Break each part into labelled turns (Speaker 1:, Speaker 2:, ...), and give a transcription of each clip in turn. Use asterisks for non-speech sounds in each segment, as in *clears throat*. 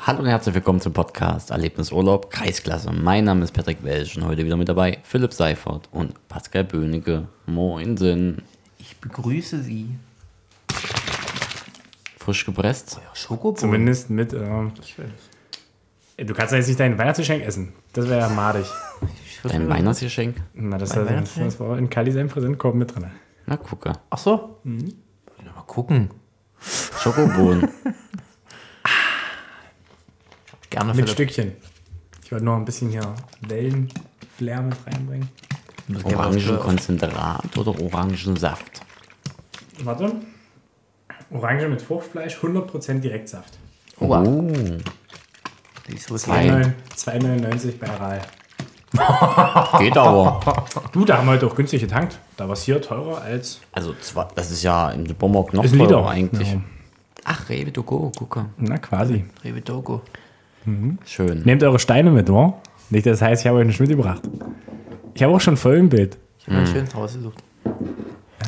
Speaker 1: Hallo und herzlich willkommen zum Podcast Erlebnis Urlaub Kreisklasse. Mein Name ist Patrick Welsch und heute wieder mit dabei Philipp Seifert und Pascal Böhnecke. Moinsen.
Speaker 2: Ich begrüße Sie.
Speaker 1: Frisch gepresst.
Speaker 2: Schokobrot.
Speaker 3: Zumindest mit. Ähm, du kannst ja jetzt nicht dein Weihnachtsgeschenk essen. Das wäre ja madig.
Speaker 1: Dein Weihnachtsgeschenk.
Speaker 3: Na, das,
Speaker 2: Mein
Speaker 3: war-
Speaker 2: Weihnachtsgeschenk?
Speaker 3: das war in Kalli sein Präsentkorb mit drin.
Speaker 1: Na, gucke.
Speaker 2: Ach so. Mhm. Mal gucken.
Speaker 3: *laughs*
Speaker 1: Schokobohnen.
Speaker 2: Gerne
Speaker 3: Mit
Speaker 2: Philipp.
Speaker 3: Stückchen. Ich wollte noch ein bisschen hier Wellenflair mit reinbringen.
Speaker 1: Orangenkonzentrat oder Orangensaft.
Speaker 3: Warte. Orange mit Fruchtfleisch, 100% Direktsaft.
Speaker 2: Oha.
Speaker 1: Oh.
Speaker 2: Siehst du, was
Speaker 1: Zwei.
Speaker 2: hier-
Speaker 1: Nein.
Speaker 3: 2,99 bei Aral.
Speaker 1: Oh. Geht aber.
Speaker 3: Du, da haben wir heute auch günstig getankt. Da war es hier teurer als.
Speaker 1: Also, zwar, das ist ja im Supermarkt noch
Speaker 3: Ist ein
Speaker 1: teurer
Speaker 3: Liter.
Speaker 1: eigentlich.
Speaker 3: Ja.
Speaker 1: Ach, Rewe to go, gucke.
Speaker 3: Na, quasi.
Speaker 2: Rewe Doku.
Speaker 1: Schön.
Speaker 3: Nehmt eure Steine mit, wa? Nicht, das heißt, ich habe euch nicht mitgebracht. Ich habe auch schon voll im Bild.
Speaker 2: Ich habe ein schönes rausgesucht.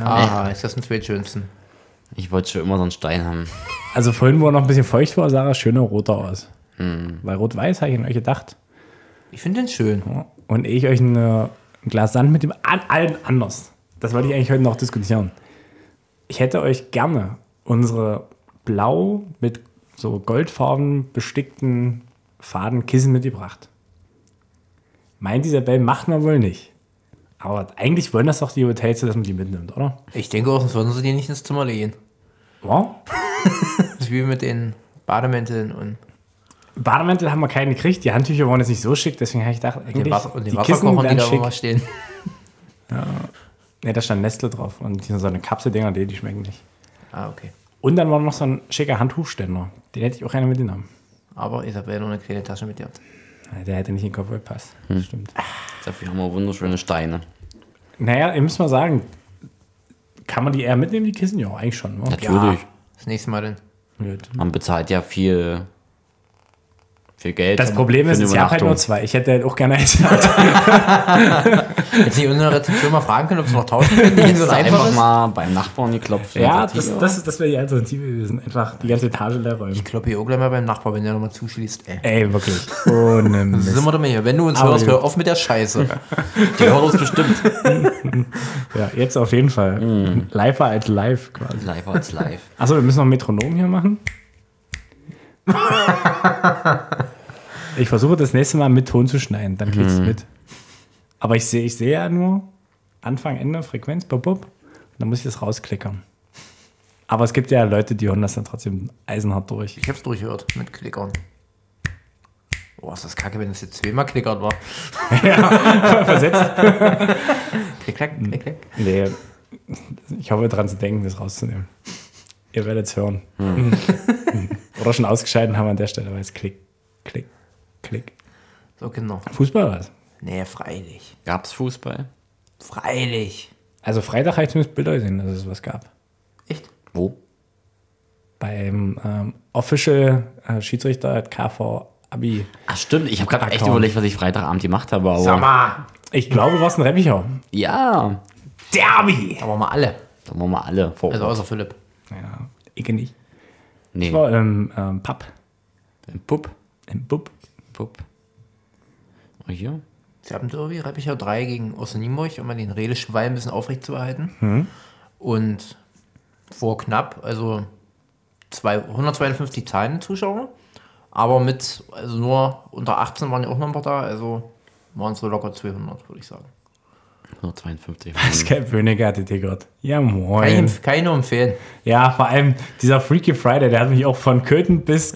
Speaker 2: Ah, ist das ein zweitschönsten.
Speaker 1: Ich wollte schon immer so einen Stein haben.
Speaker 3: Also vorhin, wo er noch ein bisschen feucht war, sah er schöner roter aus. Weil rot-weiß habe ich an euch gedacht.
Speaker 2: Ich finde den schön.
Speaker 3: Und ehe ich euch ein, äh, ein Glas Sand mit dem an, allen anders. Das wollte ich eigentlich heute noch diskutieren. Ich hätte euch gerne unsere blau mit so goldfarben bestickten Fadenkissen mitgebracht. Meint Isabel, macht man wohl nicht. Aber eigentlich wollen das doch die Hotels, dass man die mitnimmt, oder?
Speaker 2: Ich denke auch, sonst würden sie dir nicht ins Zimmer legen.
Speaker 3: Ja?
Speaker 2: Das ist wie mit den Bademänteln und
Speaker 3: Bademäntel haben wir keinen gekriegt. Die Handtücher waren jetzt nicht so schick, deswegen habe ich gedacht,
Speaker 2: den,
Speaker 3: eigentlich,
Speaker 2: Wasser und den
Speaker 3: die Kissen
Speaker 2: Wasserkochern, die
Speaker 3: wären
Speaker 2: da
Speaker 3: schick.
Speaker 2: immer stehen.
Speaker 3: Ne, da stand Nestle drauf und die sind so eine Kapseldinger, die, die schmecken nicht.
Speaker 2: Ah, okay.
Speaker 3: Und dann war noch so ein schicker Handtuchständer. Den hätte ich auch gerne mitgenommen.
Speaker 2: Aber Isabel noch eine kleine Tasche mit dir.
Speaker 3: Ja, Der hätte nicht in den Kopf gepasst. Stimmt.
Speaker 1: Dafür haben wir wunderschöne Steine.
Speaker 3: Naja, ihr müsst mal sagen, kann man die eher mitnehmen, die Kissen? Ja, eigentlich schon. ne? Oder?
Speaker 1: Natürlich.
Speaker 2: Das nächste Mal dann.
Speaker 3: Blöd.
Speaker 1: Man bezahlt ja viel, viel Geld.
Speaker 3: Das Problem
Speaker 1: für
Speaker 3: ist,
Speaker 1: eine
Speaker 3: ich habe halt nur
Speaker 1: Übernachtung.
Speaker 3: zwei. Ich hätte halt auch gerne eins *laughs* gehabt.
Speaker 2: Hätte ich unsere Rezeption mal fragen können, ob sie noch tauschen können,
Speaker 3: *laughs*
Speaker 2: wenn
Speaker 1: Hättest
Speaker 2: so
Speaker 1: du
Speaker 2: einfach
Speaker 1: einfach
Speaker 2: ist.
Speaker 1: mal beim Nachbarn geklopft.
Speaker 3: ja,
Speaker 1: und gesagt,
Speaker 3: das,
Speaker 1: hier,
Speaker 3: das, das wäre die Alternative gewesen. Einfach die ganze Etage leer räumen.
Speaker 2: Ich kloppe hier auch gleich mal beim Nachbar, wenn der nochmal zuschließt, ey.
Speaker 3: Ey, wirklich. Ohne Mist.
Speaker 2: Sind wir doch mal hier. Wenn du uns
Speaker 3: Aber
Speaker 2: hörst,
Speaker 3: gut.
Speaker 2: hör auf mit der *laughs* Scheiße.
Speaker 1: Die hören uns bestimmt.
Speaker 3: Ja, jetzt auf jeden Fall. Live als live quasi.
Speaker 1: live als live.
Speaker 3: Achso, wir müssen noch ein Metronom hier machen. ich versuche das nächste Mal mit Ton zu schneiden, dann kriegst du mit. Aber ich sehe ich sehe ja nur Anfang, Ende, Frequenz, bop, bop. Und dann muss ich das rausklickern. Aber es gibt ja Leute, die hören das dann trotzdem eisenhart durch.
Speaker 2: Ich hab's durchgehört mit Klickern. Boah, ist das kacke, wenn das jetzt zweimal klickert war.
Speaker 3: Versetzt?
Speaker 2: Klick, klack, klick, klack.
Speaker 3: Nee. Ich hoffe dran zu denken, das rauszunehmen. Ihr werdet es hören. *laughs* Oder schon ausgeschalten haben an der Stelle, weil es klick, klick, klick.
Speaker 2: So, genau.
Speaker 3: Fußball war es.
Speaker 2: Nee, freilich.
Speaker 1: Gab's Fußball?
Speaker 2: Freilich.
Speaker 3: Also Freitag habe ich zumindest Bilder gesehen, dass es was gab.
Speaker 2: Echt?
Speaker 1: Wo?
Speaker 3: Beim ähm, Official äh, Schiedsrichter KV Abi.
Speaker 1: Ach Ah, stimmt, ich habe gerade echt
Speaker 3: Account.
Speaker 1: überlegt, was ich Freitagabend gemacht habe. Aber
Speaker 2: mal.
Speaker 3: Ich glaube, war es ein Reppichau.
Speaker 1: ja,
Speaker 3: Derby!
Speaker 2: Aber mal alle.
Speaker 1: da waren wir alle vor.
Speaker 2: Also außer Philipp.
Speaker 3: Ja, ich nicht.
Speaker 1: nee,
Speaker 3: Ich war im ähm, Pub.
Speaker 1: im Pup.
Speaker 3: Im Bub.
Speaker 1: Pup. Und Oh, hier?
Speaker 2: Sie haben irgendwie Reppichau 3 gegen Osse Nienburg, um mal den Redeschwall ein bisschen aufrecht zu erhalten. Und vor knapp, also zwei, 152 zahlende Zuschauer, aber mit, also nur unter 18 waren ja auch noch ein paar da, also waren es so locker 200, würde ich sagen.
Speaker 1: 152.
Speaker 3: Pascal Böhniger hat die Tee gehört. Ja,
Speaker 2: Kann ich
Speaker 3: moin.
Speaker 2: empf- kann ich nur empfehlen.
Speaker 3: Ja, vor allem dieser Freaky Friday, der hat mich auch von Köthen bis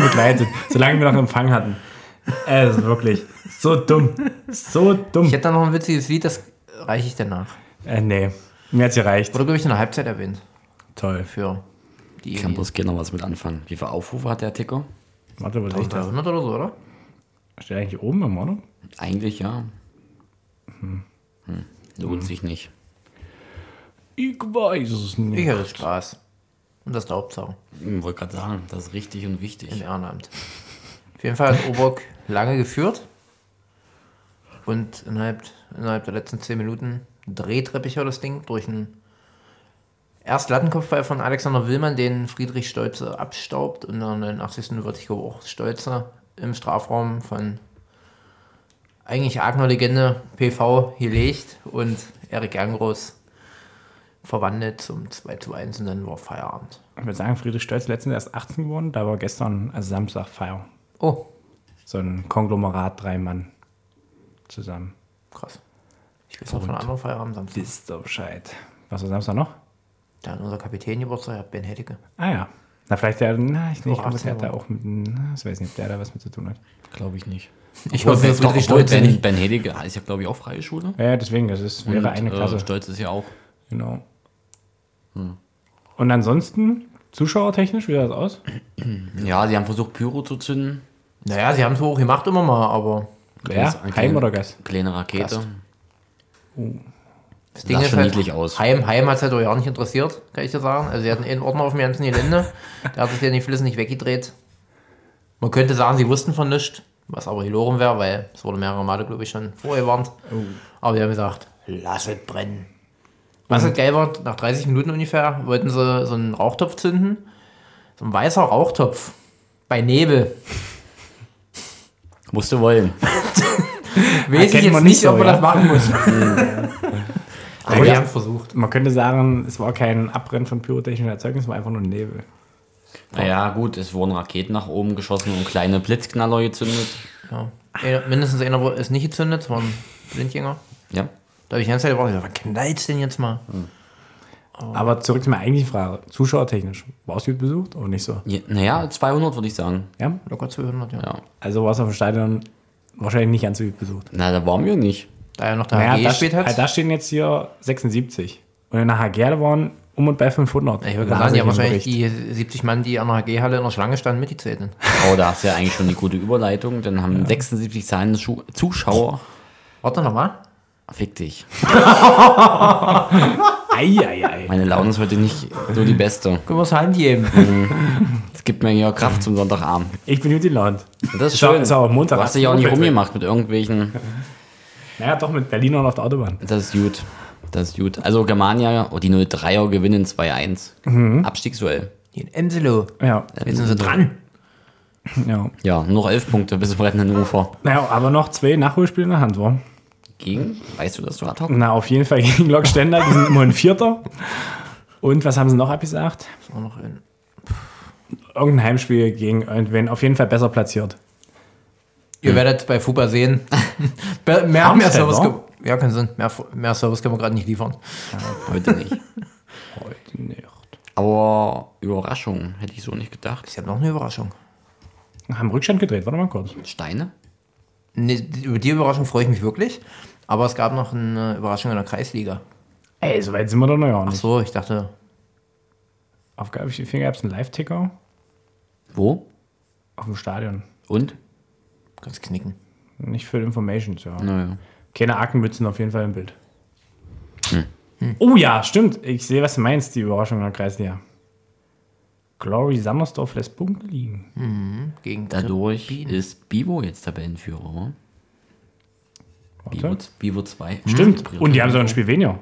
Speaker 1: *laughs*
Speaker 3: begleitet, solange wir noch Empfang hatten. Es ist wirklich so dumm. So dumm.
Speaker 2: Ich hätte da noch ein witziges Lied, das reiche ich danach.
Speaker 3: Äh, nee, mir hat's gereicht.
Speaker 2: Wurde, glaube ich, in der Halbzeit erwähnt.
Speaker 3: Toll.
Speaker 2: Für die
Speaker 1: Kann bloß keiner was mit anfangen. Wie viele Aufrufe hat der Ticker?
Speaker 3: Warte, was ich da?
Speaker 2: 300 oder so, oder?
Speaker 3: Steht eigentlich oben im Ordnung?
Speaker 1: Eigentlich ja. Hm. Lohnt sich nicht.
Speaker 3: Ich weiß es nicht.
Speaker 2: Ich hatte Spaß. Und das ist der Hauptsache.
Speaker 1: Ich wollte gerade sagen, das ist richtig und
Speaker 2: im
Speaker 1: wichtig.
Speaker 2: Ehrenamt. Auf jeden Fall hat Oburg *laughs* lange geführt und innerhalb, innerhalb der letzten 10 Minuten dreht Reppichau das Ding durch einen Erst Lattenkopfball von Alexander Willmann, den Friedrich Stolze abstaubt. Und dann in der 80. wird, ich glaube, auch Stolze im Strafraum von eigentlich Agner-Legende PV gelegt und Erik Angros verwandelt zum 2 zu 1 und dann war Feierabend.
Speaker 3: Ich würde sagen, Friedrich Stolz letztens erst 18 geworden, da war gestern, also Samstag, Feier.
Speaker 2: Oh,
Speaker 3: So ein Konglomerat, drei Mann zusammen.
Speaker 2: krass. Ich weiß noch von einer anderen Feier am Samstag.
Speaker 3: Wisst ihr Bescheid. Was war Samstag noch?
Speaker 2: Da hat unser Kapitän Geburtstag, hat Ben Hedicke.
Speaker 3: Ah ja. Na, vielleicht der, na, ich,
Speaker 2: Auch
Speaker 3: nicht, aber
Speaker 2: 18
Speaker 3: der hat da auch mit, na, ich weiß nicht, ob der da was mit zu tun hat.
Speaker 4: Glaube ich nicht.
Speaker 2: Ich
Speaker 1: Obwohl,
Speaker 2: hoffe,
Speaker 1: doch,
Speaker 2: Friedrich
Speaker 1: obwohl
Speaker 2: Stolze
Speaker 1: Ben,
Speaker 2: nicht.
Speaker 1: ben Hedig ist ja, glaube ich, auch freie Schule.
Speaker 3: Ja, ja, deswegen, das ist, wäre eine Klasse.
Speaker 1: Äh, Stolz ist ja auch.
Speaker 3: Genau. Und ansonsten, zuschauertechnisch, wie sah das aus?
Speaker 1: Ja, sie haben versucht, Pyro zu zünden.
Speaker 2: Naja, sie haben es hoch gemacht immer mal, aber
Speaker 3: Wer?
Speaker 1: Kleines-
Speaker 3: Heim oder Gast?
Speaker 1: Kleine Rakete.
Speaker 2: Gast. das
Speaker 1: Sah schon niedlich aus.
Speaker 2: halt, Heim, Heim hat es halt auch ja nicht interessiert, kann ich dir sagen. Also sie hatten einen Ordner auf dem ganzen *laughs* Gelände, der hat sich ja die Flissen nicht weggedreht. Man könnte sagen, sie wussten von nichts, was aber gelogen wäre, weil es wurde mehrere Male, glaube ich, schon vorgewarnt. Aber sie haben gesagt, lass es brennen. Was halt geil war, nach 30 Minuten ungefähr wollten sie so einen Rauchtopf zünden. So ein weißer Rauchtopf bei Nebel.
Speaker 1: Musste wollen. *laughs*
Speaker 2: Weiß ich
Speaker 3: Erkennt
Speaker 2: jetzt
Speaker 3: man
Speaker 2: nicht,
Speaker 3: nicht so,
Speaker 2: ob man
Speaker 3: ja.
Speaker 2: das machen
Speaker 3: *laughs*
Speaker 2: muss.
Speaker 3: Aber
Speaker 2: aber wir
Speaker 3: ja.
Speaker 2: haben es versucht.
Speaker 3: Man könnte sagen, es war kein Abbrennen von pyrotechnischen Erzeugnissen, es war einfach nur Nebel.
Speaker 1: Naja, gut, es wurden Raketen nach oben geschossen und kleine Blitzknaller gezündet.
Speaker 2: Ja. Einer- Mindestens einer wurde- ist nicht gezündet, es war ein Blindgänger.
Speaker 1: Ja.
Speaker 2: Da habe ich die ganze Zeit gebraucht, ich dachte, was knallt's denn jetzt mal?
Speaker 3: Aber zurück zu meiner eigentlichen Frage. Zuschauertechnisch, war es gut besucht oder nicht so?
Speaker 1: Ja, Naja, 200 würde ich sagen.
Speaker 3: Ja?
Speaker 2: Locker 200, ja.
Speaker 1: Ja.
Speaker 3: Also war es auf dem Stadion wahrscheinlich nicht ganz so gut besucht.
Speaker 1: Na, da waren wir nicht.
Speaker 2: Da ja noch der
Speaker 3: Naja,
Speaker 2: HG
Speaker 3: da,
Speaker 2: gespielt
Speaker 3: ah,
Speaker 2: hat.
Speaker 3: da stehen jetzt hier 76. Und in der HGR waren um und bei 500.
Speaker 2: Ich würde
Speaker 3: Da
Speaker 2: sagen,
Speaker 3: sehe
Speaker 2: die haben
Speaker 3: einen
Speaker 2: wahrscheinlich
Speaker 3: Bericht.
Speaker 2: die 70 Mann, die an der HG-Halle in der Schlange standen, mitgezählt. sind.
Speaker 1: Oh, da hast du ja eigentlich schon die gute Überleitung. Dann haben 76 zahlende Schu Zuschauer.
Speaker 2: Warte nochmal.
Speaker 1: Fick dich.
Speaker 3: Ei, ei, ei.
Speaker 1: Meine Laune ist heute nicht so die beste.
Speaker 2: Können wir es Hand geben?
Speaker 1: Es gibt mir hier Kraft zum Sonntagabend.
Speaker 3: Ich bin gut in Land.
Speaker 1: Und das ist
Speaker 3: auch-
Speaker 1: schön.
Speaker 3: ist auch Montag.
Speaker 1: Du hast dich auch nicht
Speaker 3: Montag.
Speaker 1: rumgemacht mit irgendwelchen.
Speaker 3: Naja, doch mit Berlinern auf der Autobahn.
Speaker 1: Das ist gut. Das ist gut. Also Germania, oh, die 03er gewinnen 2-1.
Speaker 3: Mhm.
Speaker 1: Abstiegsduell.
Speaker 2: Hier *laughs* in Emselo.
Speaker 3: Ja,
Speaker 2: Jetzt sind sie dran.
Speaker 3: ja.
Speaker 1: Ja, nur noch 11 Punkte bis zum rettenden Ufer.
Speaker 3: Naja, aber noch zwei Nachholspiele in der Hand, war.
Speaker 1: Gegen? Weißt du das so ad hoc?
Speaker 3: Na, auf jeden Fall *laughs* gegen Lok Stendal, die sind immerhin Vierter. Und was haben sie noch abgesagt?
Speaker 2: Ist auch noch in.
Speaker 3: Irgendein Heimspiel gegen irgendwen, auf jeden Fall besser platziert. Hm.
Speaker 2: Ihr werdet bei Fuba
Speaker 3: *laughs*
Speaker 2: sehen. Be- mehr, mehr
Speaker 3: Darmstadt,
Speaker 2: Service.
Speaker 3: wa?
Speaker 2: können- Ja, keinen Sinn. Mehr, mehr Service können wir gerade nicht liefern.
Speaker 1: Heute nicht.
Speaker 3: Heute nicht.
Speaker 1: *laughs* Aber Überraschung, hätte ich so nicht gedacht.
Speaker 2: Ich habe noch eine Überraschung.
Speaker 3: Haben Rückstand gedreht, warte mal kurz.
Speaker 1: Steine?
Speaker 2: Nee, über die Überraschung freue ich mich wirklich. Aber es gab noch eine Überraschung in der Kreisliga.
Speaker 3: Ey, so weit sind wir doch noch ja
Speaker 2: Ach
Speaker 3: nicht.
Speaker 2: so, ich dachte,
Speaker 3: Auf wie viel Finger gab es einen Live-Ticker?
Speaker 1: Wo?
Speaker 3: Auf dem Stadion.
Speaker 1: Und?
Speaker 2: ganz knicken.
Speaker 3: Nicht für Informations, ja.
Speaker 1: Naja.
Speaker 3: Keine Akenmützen auf jeden Fall im Bild.
Speaker 2: Hm.
Speaker 3: Oh ja, stimmt. Ich sehe, was du meinst, die Überraschung in der Kreisliga. Glory Sammersdorf lässt Punkte liegen.
Speaker 2: Gegen
Speaker 1: Dadurch ist Bivo jetzt Tabellenführer, oder? Bivo,
Speaker 3: Warte.
Speaker 1: Bivo Hm? 2.
Speaker 3: Stimmt. Und die haben so ein Spiel weniger.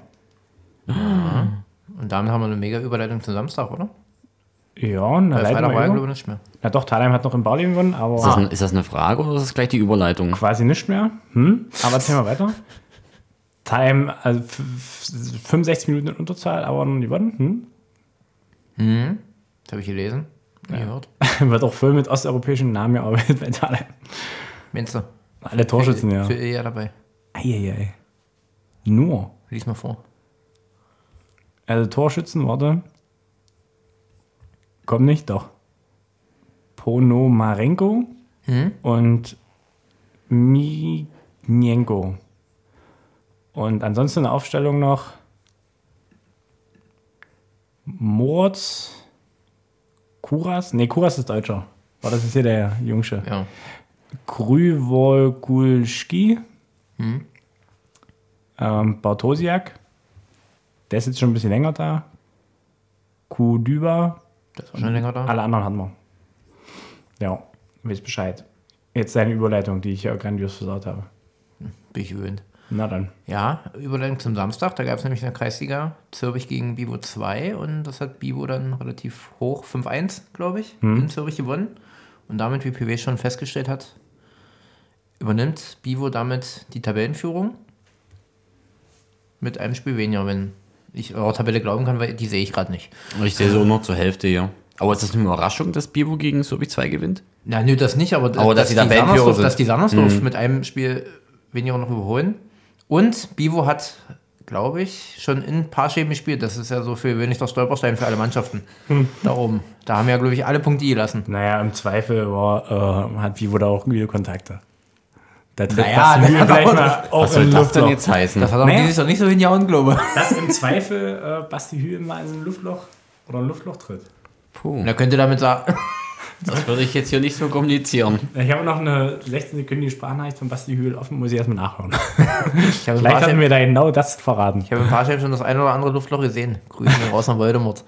Speaker 2: Und damit haben wir eine mega Überleitung zum Samstag, oder?
Speaker 3: Ja, na,
Speaker 2: Weil
Speaker 3: leiten
Speaker 2: Freitag war
Speaker 3: wir
Speaker 2: ja,
Speaker 3: über.
Speaker 2: glaube ich, nicht mehr.
Speaker 3: Na doch, Thalheim hat noch in Barley gewonnen, aber
Speaker 1: Ist das, eine, ist das eine Frage oder ist das gleich die Überleitung?
Speaker 3: quasi nicht mehr. Hm? Aber erzähl mal weiter. Thalheim, also f- f- 65 Minuten in Unterzahl, aber noch nicht Hm? gewonnen.
Speaker 2: Das habe ich gelesen. nie Gehört.
Speaker 3: Hm? *laughs* Wird auch voll mit osteuropäischen Namen *laughs* gearbeitet bei Thalheim.
Speaker 2: Meinst du?
Speaker 3: Alle Torschützen, ja.
Speaker 2: Für ihr ja dabei.
Speaker 3: Eieiei. Nur.
Speaker 2: Lies mal vor.
Speaker 3: Also Torschützen, warte. Komm nicht, doch. Ponomarenko und Mienko. Und ansonsten in der Aufstellung noch Moritz Kuras. Ne, Kuras ist Deutscher. War das ist hier der Jungsche.
Speaker 2: Ja.
Speaker 3: Krywolkulski, Hm. ähm, Bartosiak, der ist jetzt schon ein bisschen länger da, Kudyba,
Speaker 2: Das war schon länger da.
Speaker 3: alle anderen hatten wir. Ja, wisst Bescheid. Jetzt deine Überleitung, die ich ja grandios versaut habe.
Speaker 2: Bin ich gewöhnt.
Speaker 3: Na dann.
Speaker 2: Ja, Überleitung zum Samstag. Da gab es nämlich in der Kreisliga Zürich gegen Bibo 2 und das hat Bibo dann relativ hoch, 5-1, glaube ich, in Zürich gewonnen. Und damit, wie PW schon festgestellt hat, übernimmt Bivo damit die Tabellenführung mit einem Spiel weniger, wenn ich eurer Tabelle glauben kann, weil die sehe ich gerade nicht.
Speaker 1: Ich sehe so noch zur Hälfte, ja. Aber ist das eine Überraschung, dass Bibo gegen Sobi 2 gewinnt?
Speaker 2: Na, nö, das nicht, aber,
Speaker 1: Aber dass die Tabellenführer
Speaker 2: Sandersdorf-
Speaker 1: sind. Mhm.
Speaker 2: dass die Sandersdorf mit einem Spiel weniger noch überholen. Und Bivo hat, glaube ich, schon in Parchim gespielt. Das ist ja so für wenig der Stolperstein für alle Mannschaften.
Speaker 3: Hm.
Speaker 2: da oben. Da haben ja, glaube ich, alle Punkte eh gelassen.
Speaker 3: Naja, im Zweifel boah, äh, hat Vivo da auch wieder Kontakte. Da tritt
Speaker 2: Naja,
Speaker 3: naja, das
Speaker 2: genau.
Speaker 3: Mühe gleich mal auch
Speaker 1: Was soll
Speaker 3: im
Speaker 1: das denn
Speaker 3: Luftloch.
Speaker 1: jetzt heißen?
Speaker 2: Das hat aber
Speaker 3: Naja.
Speaker 2: dieses Jahr nicht so hingehauen, glaube ich.
Speaker 3: Dass im Zweifel äh, Basti Hühl mal in ein Luftloch oder ein Luftloch tritt.
Speaker 1: Puh,
Speaker 2: Und er könnte damit *laughs* sagen,
Speaker 1: das würde ich jetzt hier nicht so kommunizieren.
Speaker 3: Ich habe noch eine 16-sekündige Sprachnachricht von Basti Hühl offen, muss ich erstmal nachhören.
Speaker 2: ich habe in
Speaker 3: Vielleicht hatten
Speaker 2: Parchim-
Speaker 3: wir da genau das verraten.
Speaker 2: ich habe in Parchim schon das ein oder andere Luftloch gesehen. Grüße gehen raus an Voldemort.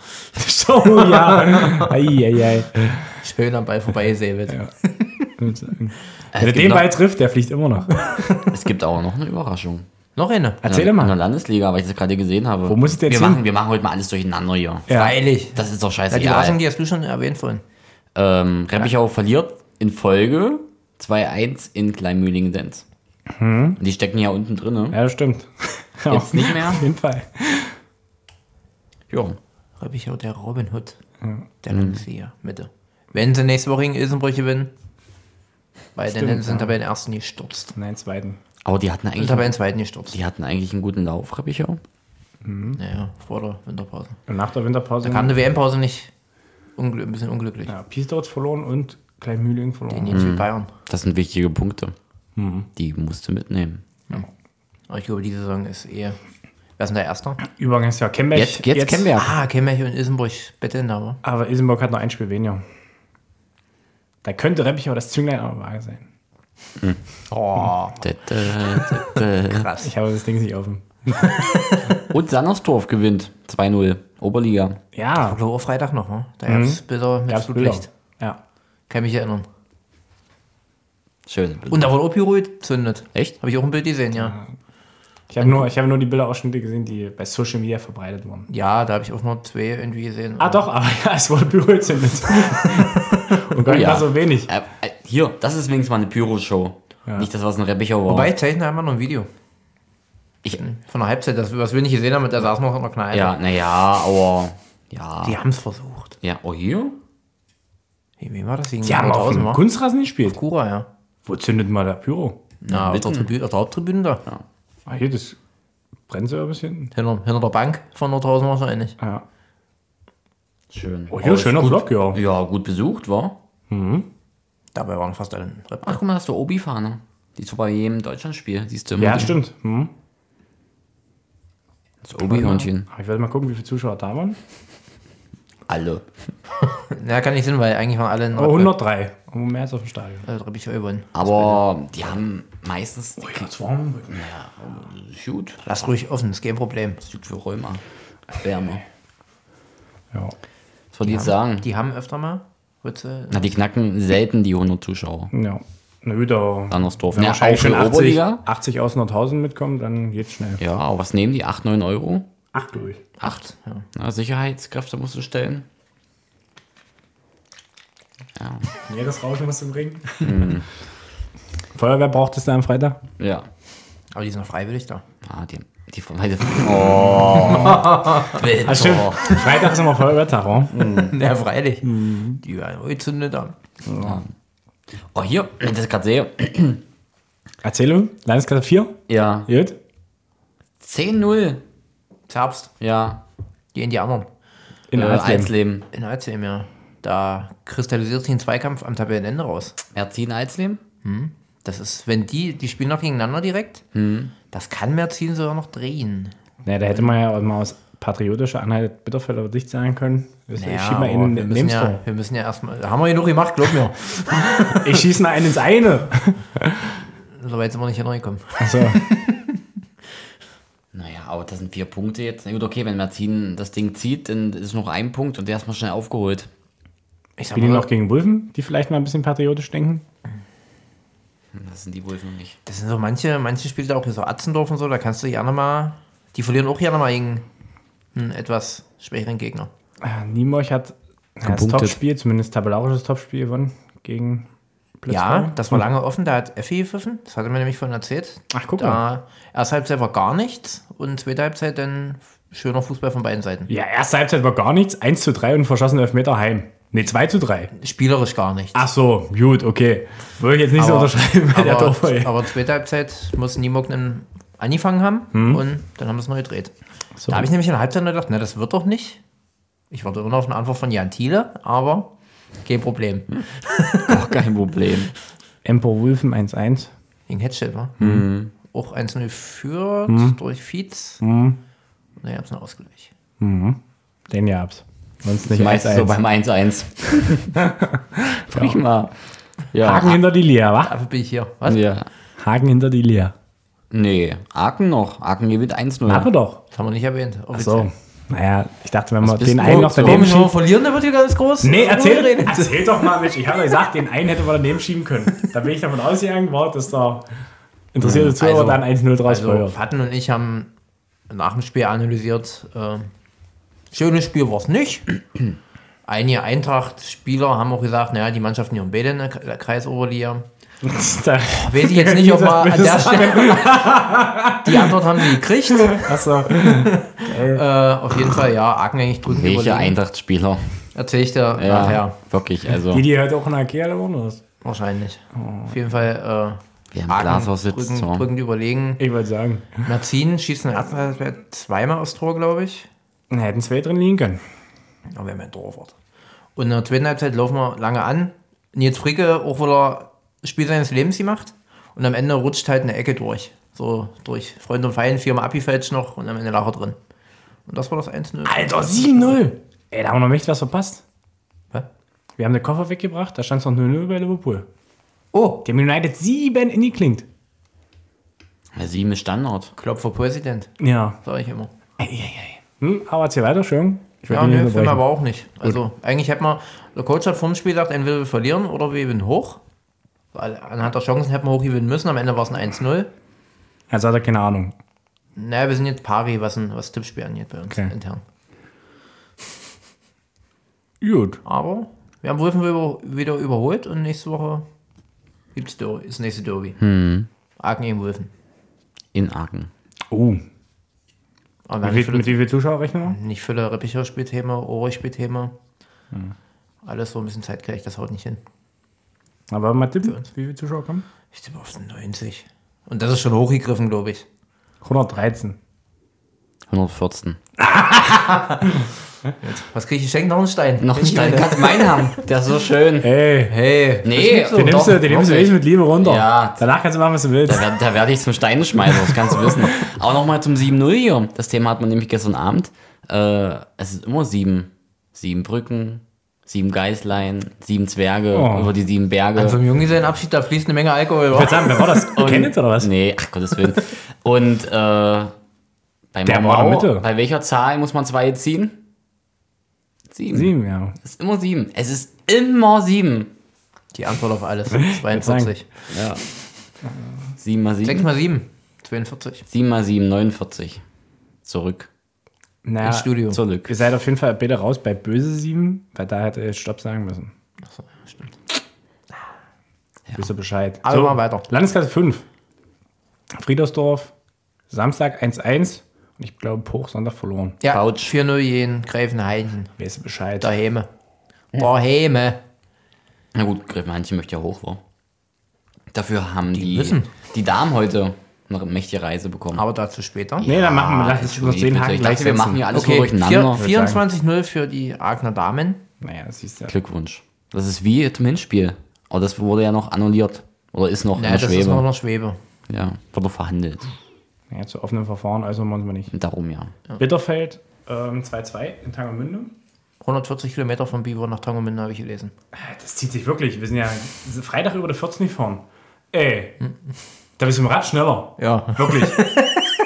Speaker 3: So,
Speaker 1: *laughs* Oh
Speaker 3: *laughs* ja. Eieiei.
Speaker 2: Schön am Ball vorbeigesäbelt.
Speaker 3: Wenn er
Speaker 1: gibt
Speaker 3: den
Speaker 1: noch-
Speaker 3: Ball trifft, der fliegt immer noch.
Speaker 1: Es gibt aber noch eine Überraschung.
Speaker 2: Noch eine.
Speaker 3: Erzähl
Speaker 1: in der,
Speaker 3: mal.
Speaker 1: In der Landesliga, weil ich das gerade gesehen habe.
Speaker 3: Wo muss ich denn
Speaker 1: wir
Speaker 3: jetzt hin?
Speaker 1: machen, wir machen heute mal alles durcheinander hier.
Speaker 3: Ja.
Speaker 2: Freilich.
Speaker 1: Das ist doch
Speaker 2: Ja, die
Speaker 1: scheißegal.
Speaker 2: Überraschung, die hast du schon erwähnt vorhin.
Speaker 1: ähm, Reppichau verliert in Folge 2-1 in Kleinmühlingen-Dens.
Speaker 3: Hm.
Speaker 1: Die stecken ja unten drin. Ne?
Speaker 3: Ja, das stimmt.
Speaker 1: Jetzt nicht mehr?
Speaker 3: Auf jeden Fall.
Speaker 1: Ja.
Speaker 2: Habe ich auch der Robin Hood. Der Landesliga, Mitte. Wenn sie nächste Woche gegen Ilsenbrüche gewinnen, weil dann
Speaker 3: Stimmt,
Speaker 2: hätten sie den
Speaker 3: ja.
Speaker 2: Tabellenersten gestürzt.
Speaker 3: Nein, zweiten.
Speaker 1: Aber die hatten
Speaker 2: Den
Speaker 1: eigentlich,
Speaker 2: Tabellenzweiten gestürzt.
Speaker 1: die hatten eigentlich einen guten Lauf, Reppichau.
Speaker 2: Naja, vor der Winterpause.
Speaker 3: Und nach der Winterpause
Speaker 2: Da kam eine WM-Pause nicht. Ungl ein bisschen unglücklich.
Speaker 3: ja, Piesdorf verloren und Kleinmühling
Speaker 2: Gegen
Speaker 3: verloren.
Speaker 2: die mhm. Bayern.
Speaker 1: Das sind wichtige Punkte.
Speaker 3: Hm.
Speaker 1: Die musst du mitnehmen.
Speaker 2: Aber ich glaube, diese Saison ist eher. Wer ist denn der Erster?
Speaker 3: Übergang ist ja Kemberg.
Speaker 1: Jetzt, jetzt, kennen wir.
Speaker 2: Ah, Kemmerich und Ilsenbrüch betteln da, aber.
Speaker 3: Aber Isenburg hat noch ein Spiel weniger. Da könnte Reppich aber das Zünglein am Waage sein.
Speaker 2: Oh,
Speaker 1: Da, da, da, da.
Speaker 2: krass.
Speaker 3: Ich habe das Ding nicht offen.
Speaker 1: Und Sannersdorf gewinnt 2-0. Oberliga.
Speaker 3: Ja,
Speaker 2: Oktober Freitag noch, ne? Da gab es Bilder mit
Speaker 3: Mhm. gab's Bilder.
Speaker 2: Flutlicht.
Speaker 3: Ja.
Speaker 2: Kann mich erinnern.
Speaker 1: Schön.
Speaker 2: Und da wurde Opirol gezündet.
Speaker 1: Echt?
Speaker 2: Habe ich auch ein Bild gesehen, ja.
Speaker 3: Ich habe nur, ich habe nur die Bilderausschnitte gesehen, die bei Social Media verbreitet wurden.
Speaker 2: Ja, da habe ich auch nur zwei irgendwie gesehen.
Speaker 3: Ah doch, aber *laughs* ja, es wurde berührzündet. *laughs* und gar nicht
Speaker 1: ja.
Speaker 3: mal so wenig.
Speaker 1: Äh, äh, hier, das ist wenigstens mal eine Pyro-Show. Nicht das, was ein Reppichau war.
Speaker 2: Wobei, ich zeichne einmal noch ein Video.
Speaker 1: Ich-
Speaker 2: von der Halbzeit, das, was wir nicht gesehen haben, da saß noch in der Kneipe.
Speaker 1: ja, naja, aber. Ja.
Speaker 2: Die haben es versucht.
Speaker 1: Ja, oh hier?
Speaker 2: Hey, Wie war das? Gegen
Speaker 3: Die haben auf
Speaker 2: Nordhausen,
Speaker 3: dem
Speaker 2: wa?
Speaker 3: Kunstrasen gespielt.
Speaker 2: Kura, ja.
Speaker 3: Wo zündet man da Pyro?
Speaker 2: Na, auf der, Tribü auf der Haupttribüne da.
Speaker 3: Ah, hier, das brennt so ein bisschen.
Speaker 2: Hinter, hinter der Bank von Nordhausen wahrscheinlich.
Speaker 3: Ja.
Speaker 1: Schön.
Speaker 3: Oh, hier, schöner Block, ja.
Speaker 1: Ja, gut besucht, war.
Speaker 2: Dabei waren fast alle in Rep.
Speaker 1: Ach, guck mal, das ist der Obi-Fahne. Die ist so bei jedem Deutschlandspiel. Siehst du immer.
Speaker 3: Ja,
Speaker 1: die-
Speaker 3: stimmt. Hm.
Speaker 1: Das Obi-Hörnchen.
Speaker 3: Aber Ah, Ich werde mal gucken, wie viele Zuschauer da waren.
Speaker 1: Alle.
Speaker 2: Na, kann nicht Sinn, weil eigentlich waren alle in
Speaker 3: Oh, 103. Und mehr ist auf dem Stadion.
Speaker 2: Also, Reppich Eubann.
Speaker 1: Aber die haben meistens.
Speaker 3: Ganz Oh, warm.
Speaker 1: Shoot.
Speaker 2: Lass ruhig offen, ist kein Problem.
Speaker 1: Das tut für Rheuma. Wärme.
Speaker 3: Ja.
Speaker 1: Was wollte ich jetzt sagen?
Speaker 2: Die haben öfter mal. Rütze.
Speaker 1: Na, die knacken selten die 100 Zuschauer.
Speaker 3: Ja. Na gut, aber
Speaker 1: Sandersdorf.
Speaker 3: wenn
Speaker 1: Ja,
Speaker 3: wahrscheinlich
Speaker 1: auch für
Speaker 3: schon 80,
Speaker 1: Oberliga.
Speaker 3: 80 aus Nordhausen mitkommen, dann geht's schnell.
Speaker 1: Ja, aber was nehmen die? 8, 9 Euro?
Speaker 3: Acht durch.
Speaker 2: Acht. Ja.
Speaker 1: Na, Sicherheitskräfte musst du stellen. Ja.
Speaker 3: Nee, das Rauschen musst du bringen. Mhm. Feuerwehr braucht es da am Freitag?
Speaker 1: ja.
Speaker 2: Aber die sind noch freiwillig da.
Speaker 1: Ah, die, die Vermeide. Oh.
Speaker 3: Ah, stimmt.
Speaker 1: Bitte.
Speaker 3: Freitag ist immer Feuerwehrtag, oh.
Speaker 2: *laughs*
Speaker 3: oder?
Speaker 2: Ja, freilich. Die werden auch gezündet haben.
Speaker 1: Oh, hier, wenn ich das gerade sehe.
Speaker 3: Erzählung, Landeskasse 4,
Speaker 1: Ja.
Speaker 3: gut.
Speaker 1: 10-0.
Speaker 2: Zerbst.
Speaker 1: Ja.
Speaker 2: Gegen die anderen.
Speaker 3: In
Speaker 1: äh,
Speaker 3: Alsleben.
Speaker 1: Alsleben.
Speaker 2: In Alzheim, ja. Da kristallisiert sich ein Zweikampf am Tabellenende raus.
Speaker 1: Erzin Alsleben?
Speaker 2: Das ist, wenn die, die spielen noch gegeneinander direkt,
Speaker 3: Hm.
Speaker 2: das kann Merzin sogar noch drehen.
Speaker 3: Naja, da hätte man ja auch mal aus patriotischer Anhalt Bitterfeld aber dicht sein können. Ich schieb mal
Speaker 2: aber
Speaker 3: einen
Speaker 2: wir,
Speaker 3: in
Speaker 2: müssen ja,
Speaker 3: Lebensraum.
Speaker 2: wir müssen ja erstmal, haben wir genug gemacht, glaub mir.
Speaker 3: Ich schieß mal einen ins eine.
Speaker 2: so weit sind wir nicht hineingekommen.
Speaker 3: Also,
Speaker 1: Naja, aber das sind vier Punkte jetzt. Na gut, okay, wenn Martin das Ding zieht, dann ist noch ein Punkt und der ist mal schnell aufgeholt.
Speaker 2: Ich sag
Speaker 3: spielen die
Speaker 2: mal,
Speaker 3: noch gegen Wulfen, die vielleicht mal ein bisschen patriotisch denken?
Speaker 1: Das sind die wohl noch nicht.
Speaker 2: Das sind so manche, manche Spiele da auch hier so Atzendorf und so, da kannst du gerne mal, die verlieren auch gerne mal gegen einen etwas schwächeren Gegner.
Speaker 3: Äh, Niemorch hat ja, das
Speaker 1: Gepunktet.
Speaker 3: Topspiel, zumindest tabellarisches Topspiel gewonnen gegen
Speaker 2: Ja,
Speaker 3: Blitzkrieg.
Speaker 2: das war lange offen, da hat Effi gepfiffen, das hatte mir nämlich von erzählt.
Speaker 3: Ach, guck mal.
Speaker 2: Da erste Halbzeit war gar nichts und zweite Halbzeit dann schöner Fußball von beiden Seiten.
Speaker 3: Ja, erste Halbzeit war gar nichts. 1 zu 3 und verschossen Elfmeter heim. Ne, 2 zu 3.
Speaker 2: Spielerisch gar nichts.
Speaker 3: Ach so, gut, okay. Würde ich jetzt nicht so Ah, unterschreiben bei der
Speaker 2: aber,
Speaker 3: Dorfei.
Speaker 2: aber zweite Halbzeit muss Nimog dann angefangen haben
Speaker 3: Hm.
Speaker 2: und dann haben wir es neu gedreht. Da habe ich nämlich in der Halbzeit nur gedacht, ne, das wird doch nicht. Ich warte immer noch auf eine Antwort von Jan Thiele, aber kein Problem.
Speaker 3: Hm.
Speaker 1: Auch kein *laughs* Problem.
Speaker 3: Empo Wolfen 1-1.
Speaker 2: Gegen Headshield, wa?
Speaker 3: Hm.
Speaker 2: Auch 1-0 führt durch Fietz.
Speaker 3: Hm.
Speaker 2: Und dann gab es einen Ausgleich.
Speaker 3: Den ihr habt's. Sonst nicht
Speaker 1: Meistens so
Speaker 3: 1-1.
Speaker 1: beim 1-1. *laughs* Prima.
Speaker 3: Haken
Speaker 1: Ja.
Speaker 3: hinter die Lea, wa?
Speaker 2: Dafür bin ich hier. Was?
Speaker 1: ja.
Speaker 3: Haken hinter die Lea.
Speaker 1: Nee, Aachen noch. Aachen gewinnt 1-0.
Speaker 3: Machen wir doch.
Speaker 2: Das haben wir nicht erwähnt.
Speaker 3: Ach so. Naja, ich dachte, wenn wir
Speaker 1: bist
Speaker 3: den
Speaker 1: du?
Speaker 3: einen noch
Speaker 1: So,
Speaker 3: daneben
Speaker 2: Komisch, wenn wir
Speaker 3: schieben.
Speaker 2: verlieren, dann wird hier ganz groß.
Speaker 3: Nee, erzähl,
Speaker 2: reden.
Speaker 3: erzähl doch mal nicht. Ich habe gesagt, den einen hätte man daneben schieben können. Da bin ich davon ausgegangen, war, dass da interessierte Zuhörer
Speaker 2: also-
Speaker 3: dann 1-0 draus
Speaker 2: Also,
Speaker 3: feuert.
Speaker 2: Fatten und ich haben nach dem Spiel analysiert. Äh, schönes Spiel war es
Speaker 3: *clears throat*
Speaker 2: nicht. Einige Eintracht-Spieler haben auch gesagt, naja, die Mannschaft in ihrem Bede in der K- der Kreisoberliga.
Speaker 3: Da-
Speaker 2: Weiß ich jetzt nicht, ob man an der
Speaker 3: *laughs* Das-
Speaker 2: Stelle. Die Antwort haben sie
Speaker 3: *laughs*
Speaker 2: gekriegt.
Speaker 3: Achso.
Speaker 2: Äh, auf jeden Fall, ja, Aachen eigentlich drücken
Speaker 1: Welche
Speaker 2: überlegen.
Speaker 1: Eintracht-Spieler?
Speaker 2: Erzähl ich dir
Speaker 1: Ja,
Speaker 2: nachher.
Speaker 1: wirklich. Also,
Speaker 3: Die, die hört auch in der Kehle oder was?
Speaker 2: Wahrscheinlich.
Speaker 3: Oh.
Speaker 2: Auf jeden Fall. Äh,
Speaker 1: Wir haben
Speaker 2: Aachen
Speaker 1: Glashaus sitzt,
Speaker 2: drückend,
Speaker 1: so.
Speaker 2: drückend überlegen.
Speaker 3: Ich wollte sagen.
Speaker 2: Merzin schießt in der ersten Halbzeit zweimal aufs Tor, glaube ich.
Speaker 3: Da hätten zwei drin liegen können.
Speaker 2: Aber wir haben ja ein Torwart. Und in der zweiten Halbzeit laufen wir lange an. Nils Fricke, auch wieder das Spiel seines Lebens gemacht. Und am Ende rutscht halt eine Ecke durch. So durch Freund und Feind, viermal Abifälsch noch und am Ende lag er drin. Und das war das 1-0.
Speaker 3: Alter, 7-0. Ey, da haben wir noch echt was verpasst.
Speaker 2: Hä?
Speaker 3: Wir haben den Koffer weggebracht, da stand es noch 0-0 bei Liverpool.
Speaker 2: Oh,
Speaker 3: Dem United 7 in die klingt.
Speaker 1: sieben ist Standard.
Speaker 2: Klopfer Präsident,
Speaker 3: Ja.
Speaker 2: sage ich immer.
Speaker 3: Hm, aber erzähl weiter, schön. Ich
Speaker 2: Ja,
Speaker 3: wollte nicht
Speaker 2: nö, Film
Speaker 3: unterbrechen.
Speaker 2: aber auch nicht. Also eigentlich hätte man, der Coach hat vorm Spiel gesagt, entweder wir verlieren oder wir gewinnen hoch. Weil anhand der Chancen hätten wir hoch gewinnen müssen, am Ende war es ein 1-0.
Speaker 3: Also hat er keine Ahnung.
Speaker 2: Naja, wir sind jetzt pari, was, ein, was Tippspiel angeht bei uns
Speaker 3: Okay.
Speaker 2: intern.
Speaker 3: Gut.
Speaker 2: Aber wir haben Wolfen über, wieder überholt und nächste Woche gibt's Derby, ist nächste Derby. Aachen gegen Wolfen.
Speaker 1: In Aachen.
Speaker 3: Oh.
Speaker 2: Aber wir haben nicht
Speaker 3: Mit, wie- mit
Speaker 2: viele,
Speaker 3: wie viel Zuschauer rechnen
Speaker 2: nicht viele Reppicher Spielthema, Ohre Spielthema.
Speaker 3: Hm.
Speaker 2: Alles so ein bisschen zeitgleich, das haut nicht hin.
Speaker 3: wir? Aber mal tippen, wie viele Zuschauer kommen?
Speaker 2: Ich tippe auf 90. Und das ist schon hochgegriffen, glaube ich.
Speaker 3: 113.
Speaker 1: 114.
Speaker 2: Was kriege ich geschenkt? Noch einen Stein.
Speaker 1: Noch nicht deine Karte meinen haben. Das ist so schön.
Speaker 3: Ey,
Speaker 2: Hey.
Speaker 1: Nee,
Speaker 2: das ist nicht so.
Speaker 3: Äh, den nimmst,
Speaker 1: doch,
Speaker 3: du, den nimmst du
Speaker 1: doch,
Speaker 3: echt mit Liebe runter.
Speaker 1: Ja.
Speaker 3: Danach kannst du machen, was du willst.
Speaker 1: Da, werd- da werde ich zum Steineschmeißer, das kannst du
Speaker 3: *laughs*
Speaker 1: wissen. Aber nochmal zum 7-0 hier. Das Thema hat man nämlich gestern Abend. Äh, es ist immer sieben. Sieben Brücken, sieben Geißlein, sieben Zwerge
Speaker 3: Oh.
Speaker 1: über die sieben Berge.
Speaker 2: An so einem Junggesellenabschied, da fließt eine Menge Alkohol.
Speaker 3: Ich
Speaker 2: wa?
Speaker 3: sagen, wer
Speaker 2: *laughs*
Speaker 3: war das? Kenneth oder was?
Speaker 1: nee, ach Gottes Willen. Und äh, bei,
Speaker 3: Der war in der Mitte.
Speaker 1: Mau, bei welcher Zahl muss man zwei ziehen? Sieben.
Speaker 3: Sieben, ja.
Speaker 1: Es ist immer sieben. Es ist immer sieben.
Speaker 2: Die Antwort auf alles.
Speaker 3: sagen.
Speaker 2: 42.
Speaker 1: Ja. Sieben mal
Speaker 2: 6
Speaker 1: sieben.
Speaker 2: mal 7. 42.
Speaker 1: Sieben mal sieben, 49. Zurück.
Speaker 3: Naja,
Speaker 2: Ins Studio.
Speaker 1: Zurück.
Speaker 3: Ihr seid auf jeden Fall bitte raus bei böse 7, weil da hätte ich Stopp sagen müssen.
Speaker 2: Achso, stimmt.
Speaker 3: Wisst ihr Bescheid.
Speaker 1: Also
Speaker 2: Aber mal weiter.
Speaker 3: Landesklasse 5. Friedersdorf, Samstag 1-1 und ich glaube Poch Sonntag verloren.
Speaker 2: Ja,
Speaker 1: Couch.
Speaker 2: 4-0 jeden, Gräfen Heinchen.
Speaker 3: Wisst ihr Bescheid.
Speaker 2: Daheme. Daheme.
Speaker 1: Na gut, Griff manche möchte ja hoch, war. Dafür haben die, die,
Speaker 2: müssen.
Speaker 1: Damen heute eine mächtige Reise bekommen.
Speaker 2: Aber dazu später.
Speaker 3: Nee, dann machen wir
Speaker 1: Ah,
Speaker 3: lass uns noch
Speaker 1: Entschuldigung,
Speaker 3: den Haken
Speaker 1: ich
Speaker 3: gleich
Speaker 1: dachte, wir
Speaker 3: setzen.
Speaker 1: machen hier alles
Speaker 2: Okay,
Speaker 1: okay, durcheinander.
Speaker 2: vier- 24-0 für die Agner Damen.
Speaker 3: Naja, das siehst du.
Speaker 1: Glückwunsch. Das ist wie zum Hinspiel. Aber das wurde ja noch annulliert. Oder ist noch
Speaker 2: Naja,
Speaker 1: in der
Speaker 2: das ist
Speaker 1: Schwebe.
Speaker 2: noch noch Schwebe.
Speaker 1: ja, wurde verhandelt.
Speaker 3: Naja, zu offenen Verfahren äußern wir uns mal nicht.
Speaker 1: Darum ja.
Speaker 3: Bitterfeld ähm, 2-2 in Tangermünde.
Speaker 2: 140 Kilometer von Biber nach Tangermünde habe ich gelesen.
Speaker 3: Das zieht sich wirklich. Wir sind ja Freitag über der 14 gefahren. Ey,
Speaker 1: Hm.
Speaker 3: da bist du im Rad schneller.
Speaker 2: Ja.
Speaker 1: *laughs*
Speaker 3: Wirklich.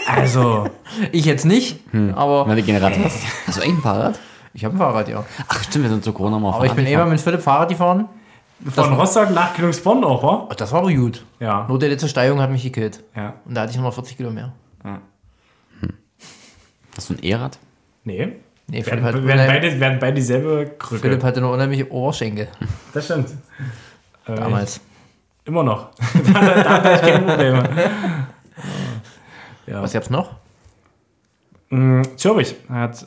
Speaker 3: Also,
Speaker 2: *laughs* Ich jetzt nicht,
Speaker 1: Hm.
Speaker 2: aber
Speaker 1: Meine Generation. Hast du eigentlich ein Fahrrad?
Speaker 2: ich habe ein Fahrrad, ja.
Speaker 1: Ach stimmt, wir sind zu Corona mal
Speaker 2: Aber ich bin immer mit Philipp Fahrrad gefahren.
Speaker 3: Von Rostock nach Köln-Bonn auch, wa?
Speaker 2: Ach, Das war aber gut.
Speaker 3: Ja.
Speaker 2: Nur die letzte Steigung hat mich gekillt.
Speaker 3: ja.
Speaker 2: Und da hatte ich nur noch 40 Kilo mehr.
Speaker 1: Hast du ein E-Rad?
Speaker 3: Nee.
Speaker 2: Nee, Philipp,
Speaker 3: Werden,
Speaker 2: hat,
Speaker 3: werden,
Speaker 2: unheim-
Speaker 3: beide, werden beide dieselbe Krücke.
Speaker 2: Philipp hatte eine unheimliche Ohrschenkel
Speaker 1: Mhm.
Speaker 3: Das stimmt. Äh,
Speaker 2: damals.
Speaker 3: ich- Immer noch. *laughs* da da, da hatte ich keine Probleme. Ja.
Speaker 2: Was gab's noch?
Speaker 3: Mm, Zürich hat.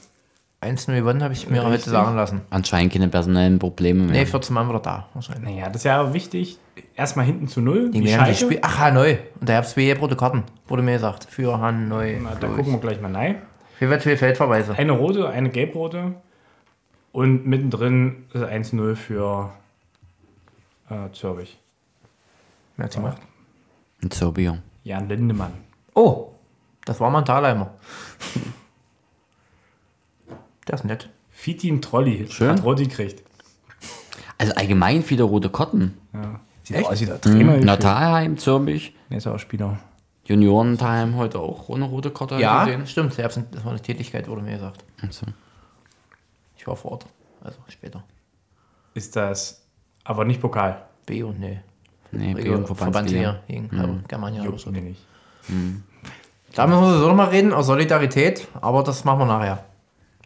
Speaker 2: 1-0 gewonnen, habe ich mir
Speaker 3: Richtig.
Speaker 2: heute sagen lassen.
Speaker 1: Anscheinend keine personellen Probleme mehr.
Speaker 2: Nee, 14 Mann war doch da. Wahrscheinlich.
Speaker 3: Naja, das ist ja wichtig. Erstmal hinten zu null.
Speaker 2: Die
Speaker 3: die
Speaker 2: haben die
Speaker 3: Schalke.
Speaker 2: Spiel Ach, Hanoi. Und da gab es zwei rote Karten, wurde mir gesagt. Für Hanoi.
Speaker 3: Na, da gucken wir gleich mal rein.
Speaker 2: Hier wird viel Feldverweise.
Speaker 3: Eine rote, eine gelbrote. Und mittendrin ist 1-0 für äh, Zürich.
Speaker 2: Wer hat's gemacht?
Speaker 1: Ein Zirbium.
Speaker 3: Jan Lindemann.
Speaker 2: Oh, das war mal ein Thalheimer. Der ist nett.
Speaker 3: Fitin Trolli
Speaker 1: Schön.
Speaker 3: hat rot gekriegt.
Speaker 1: Also allgemein viele rote Kotten.
Speaker 3: Sieht Echt? aus wie Hm, der
Speaker 1: Mhm.
Speaker 3: Trainer.
Speaker 1: Natalheim, Zürich,
Speaker 3: Nee, ist auch Spieler.
Speaker 1: Juniorentheim heute auch ohne rote Kotte
Speaker 2: Ja,
Speaker 1: gesehen.
Speaker 2: stimmt. Der Absent, das war eine Tätigkeit, wurde mir gesagt.
Speaker 1: Also,
Speaker 2: Ich war vor Ort. Also später.
Speaker 3: Ist das aber nicht Pokal.
Speaker 2: B und nee.
Speaker 1: nee,
Speaker 2: Regio-
Speaker 1: Region
Speaker 2: Verbandsliga gegen mhm. Germania.
Speaker 3: Juckt mir nicht.
Speaker 2: Da müssen wir so nochmal reden, aus Solidarität, aber das machen wir nachher.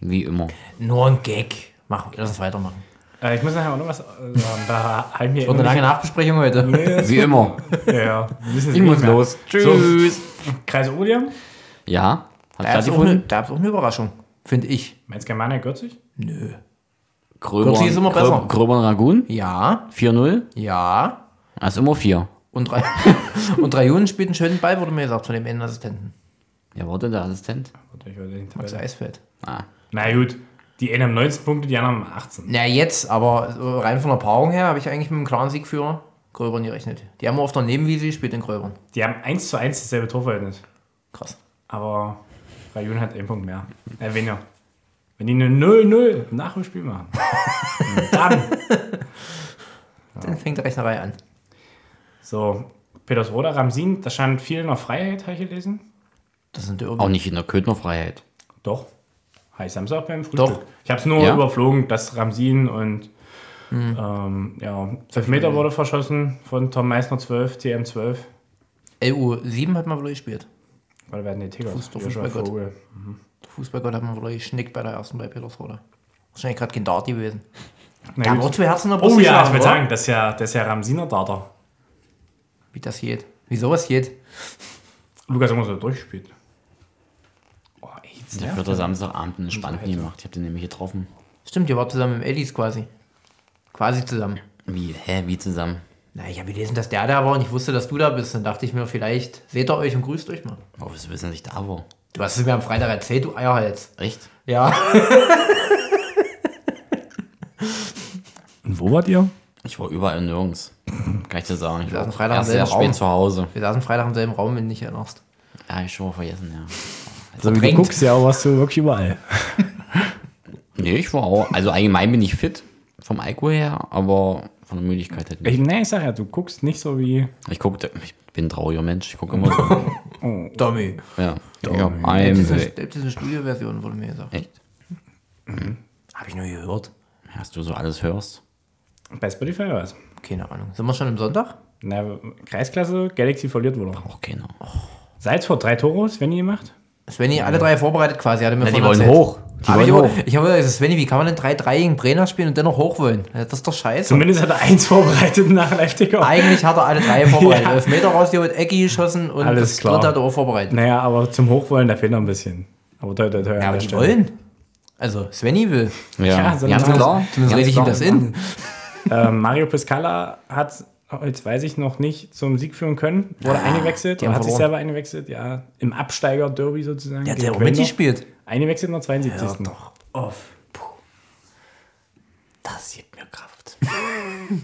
Speaker 1: Wie immer.
Speaker 2: Nur ein Gag. Mach, lass uns weitermachen.
Speaker 3: Äh, ich muss nachher auch noch was äh, sagen. Da haben wir
Speaker 2: Und eine lange Nachbesprechung heute.
Speaker 1: Wie immer.
Speaker 3: Ja, ja. Wir wissen es
Speaker 1: Ich
Speaker 3: nicht
Speaker 1: muss
Speaker 3: mehr.
Speaker 1: los.
Speaker 3: So,
Speaker 1: Tschüss.
Speaker 3: Kreis Odium.
Speaker 1: Ja, hat
Speaker 2: Da gab es auch,
Speaker 1: stattgefunden.
Speaker 2: eine- da gab's auch eine Überraschung, finde ich.
Speaker 3: Meinst du Germania Gürzig?
Speaker 2: Nö.
Speaker 1: Gröbern,
Speaker 2: Gürtel ist immer besser.
Speaker 1: Gröbern Ragun,
Speaker 2: Ja,
Speaker 1: 4-0.
Speaker 2: ja.
Speaker 1: Also immer 4.
Speaker 2: Und drei, *laughs* und drei Jungen spielt einen schönen Ball, wurde mir gesagt, von dem Innenassistenten.
Speaker 1: Ja, war denn der Assistent?
Speaker 3: Warte, ich wollte den
Speaker 2: Max
Speaker 3: Tabelle-
Speaker 2: Eisfeld.
Speaker 1: Ah,
Speaker 3: Na gut. Die einen haben 19 Punkte, die anderen haben 18.
Speaker 2: Na, jetzt, aber so rein von der Paarung her habe ich eigentlich mit dem klaren Siegführer Gröbern gerechnet. Die haben wir auf der Nebenwiese gespielt in Gröbern.
Speaker 3: Die haben 1 zu 1 dasselbe Torverhältnis.
Speaker 2: Krass.
Speaker 3: Aber Rayun hat einen Punkt mehr. Äh, weniger. Wenn die eine 0-0 nach dem Spiel *laughs* machen, dann.
Speaker 2: Dann fängt die Rechnerei an.
Speaker 3: So, Peters Roder, Ramsin, da stand viel noch Freiheit, habe ich gelesen.
Speaker 2: Das sind
Speaker 1: auch
Speaker 2: irgendwie.
Speaker 1: nicht in der Köthner Freiheit.
Speaker 3: Doch. Heißt haben sie auch beim Frühstück.
Speaker 2: Doch.
Speaker 3: Ich habe es nur
Speaker 1: Ja.
Speaker 3: überflogen, dass Ramsin und.
Speaker 2: Mhm.
Speaker 3: Ähm, ja, 5 Meter wurde verschossen von Tom Meissner 12, TM12.
Speaker 2: LU7 hat man wohl gespielt.
Speaker 3: Weil werden die Tigers.
Speaker 2: Fußball-
Speaker 3: Joshua
Speaker 2: Fußballgott.
Speaker 3: Vogel.
Speaker 2: Fußballgott hat man wohl geschnickt bei der ersten bei Petersroda. Wahrscheinlich gerade kein Dart gewesen.
Speaker 3: Na
Speaker 2: Da haben
Speaker 3: gut.
Speaker 2: auch zwei Herzen in der Brust
Speaker 3: Oh ja, ich
Speaker 2: geschlagen,
Speaker 3: würde
Speaker 2: oder?
Speaker 3: sagen, das ist ja, das ist ja Ramsiner Data.
Speaker 2: Wie das geht. Wie sowas geht.
Speaker 3: Lukas immer so durchspielt. Oh, ey, jetzt
Speaker 1: Der
Speaker 3: nervt
Speaker 1: vierte Samstagabend einen Spannten gemacht. Ich habe den nämlich getroffen.
Speaker 2: Stimmt, ihr wart zusammen mit Ellis quasi. Quasi zusammen.
Speaker 1: Wie, hä, wie zusammen?
Speaker 2: Na, ich habe gelesen, dass der da war und ich wusste, dass du da bist. Dann dachte ich mir, vielleicht seht ihr euch und grüßt euch mal.
Speaker 1: Oh, wieso wissen, dass ich da war?
Speaker 2: Du hast es mir am Freitag erzählt, du Eierhals.
Speaker 1: Echt?
Speaker 2: Ja.
Speaker 3: Und wo wart ihr?
Speaker 1: Ich war überall und nirgends. Kann ich dir sagen. Ich
Speaker 2: Wir
Speaker 1: war
Speaker 2: saßen Freitag im
Speaker 1: erst sehr
Speaker 2: selben Raum.
Speaker 1: spät zu Hause.
Speaker 2: Wir saßen Freitag im selben Raum, wenn du dich erinnerst.
Speaker 1: Ja, hab ich schon mal vergessen, ja.
Speaker 3: So wie du
Speaker 2: Verdrängt.
Speaker 3: guckst, ja, warst du wirklich überall.
Speaker 1: Nee, ich war auch. Also allgemein bin ich fit. Vom Alkohol her, aber von der Müdigkeit halt nicht.
Speaker 3: Ich, nee, ich sag ja, du guckst nicht so wie.
Speaker 1: Ich gucke, ich bin ein trauriger Mensch. Ich gucke immer
Speaker 2: *laughs*
Speaker 1: so.
Speaker 2: Dummy.
Speaker 1: ja. Ich hab
Speaker 2: Das
Speaker 1: ein
Speaker 2: ist eine,
Speaker 1: Weh.
Speaker 2: das ist eine Studioversion, wurde mir gesagt.
Speaker 1: Echt?
Speaker 2: Habe ich nur gehört.
Speaker 1: Hast du so alles hörst?
Speaker 3: Bei Spotify war es.
Speaker 2: Keine Ahnung. Sind wir schon am Sonntag?
Speaker 3: Na, Kreisklasse, Galaxy verliert wurde.
Speaker 1: Auch keiner.
Speaker 3: Salzburg, drei Tore, Svenny gemacht.
Speaker 2: Svenny, alle drei vorbereitet quasi. Hat er mir
Speaker 1: Na, die
Speaker 2: vorhin
Speaker 1: wollen
Speaker 2: erzählt.
Speaker 1: hoch. Die
Speaker 2: Hab
Speaker 1: wollen
Speaker 2: ich, auch-
Speaker 1: hoch.
Speaker 2: ich habe gesagt, Svenny, wie kann man denn 3-3 gegen Brenner spielen und dennoch hoch wollen? Das ist doch scheiße.
Speaker 3: Zumindest hat er eins *laughs* vorbereitet nach Leipzig.
Speaker 2: *laughs* Eigentlich hat er alle drei vorbereitet.
Speaker 3: Ja.
Speaker 2: Elf Meter rausgeholt, Ecke geschossen und
Speaker 3: Alles
Speaker 2: das
Speaker 3: klar.
Speaker 2: dritte hat er auch vorbereitet.
Speaker 3: Naja, aber zum Hochwollen, da fehlt noch ein bisschen. Aber toi, toi, toi.
Speaker 2: Ja, aber die wollen. Also, Svenny will.
Speaker 3: Ja, so
Speaker 1: ganz
Speaker 3: eine-
Speaker 1: klar.
Speaker 2: Zumindest rede ich ihm das in.
Speaker 3: Ähm, Mario Piscala hat, jetzt weiß ich noch nicht, zum Sieg führen können. Wurde
Speaker 2: Ah,
Speaker 3: eingewechselt
Speaker 2: die
Speaker 3: und
Speaker 2: haben
Speaker 3: hat sich
Speaker 2: verloren.
Speaker 3: selber eingewechselt. Ja, im Absteiger-Derby sozusagen.
Speaker 2: Der hat
Speaker 3: gegen
Speaker 2: ja auch
Speaker 3: Köln noch.
Speaker 2: mitgespielt.
Speaker 3: Eingewechselt in der 72.
Speaker 2: doch auf.
Speaker 1: Das gibt mir *laughs* Kraft.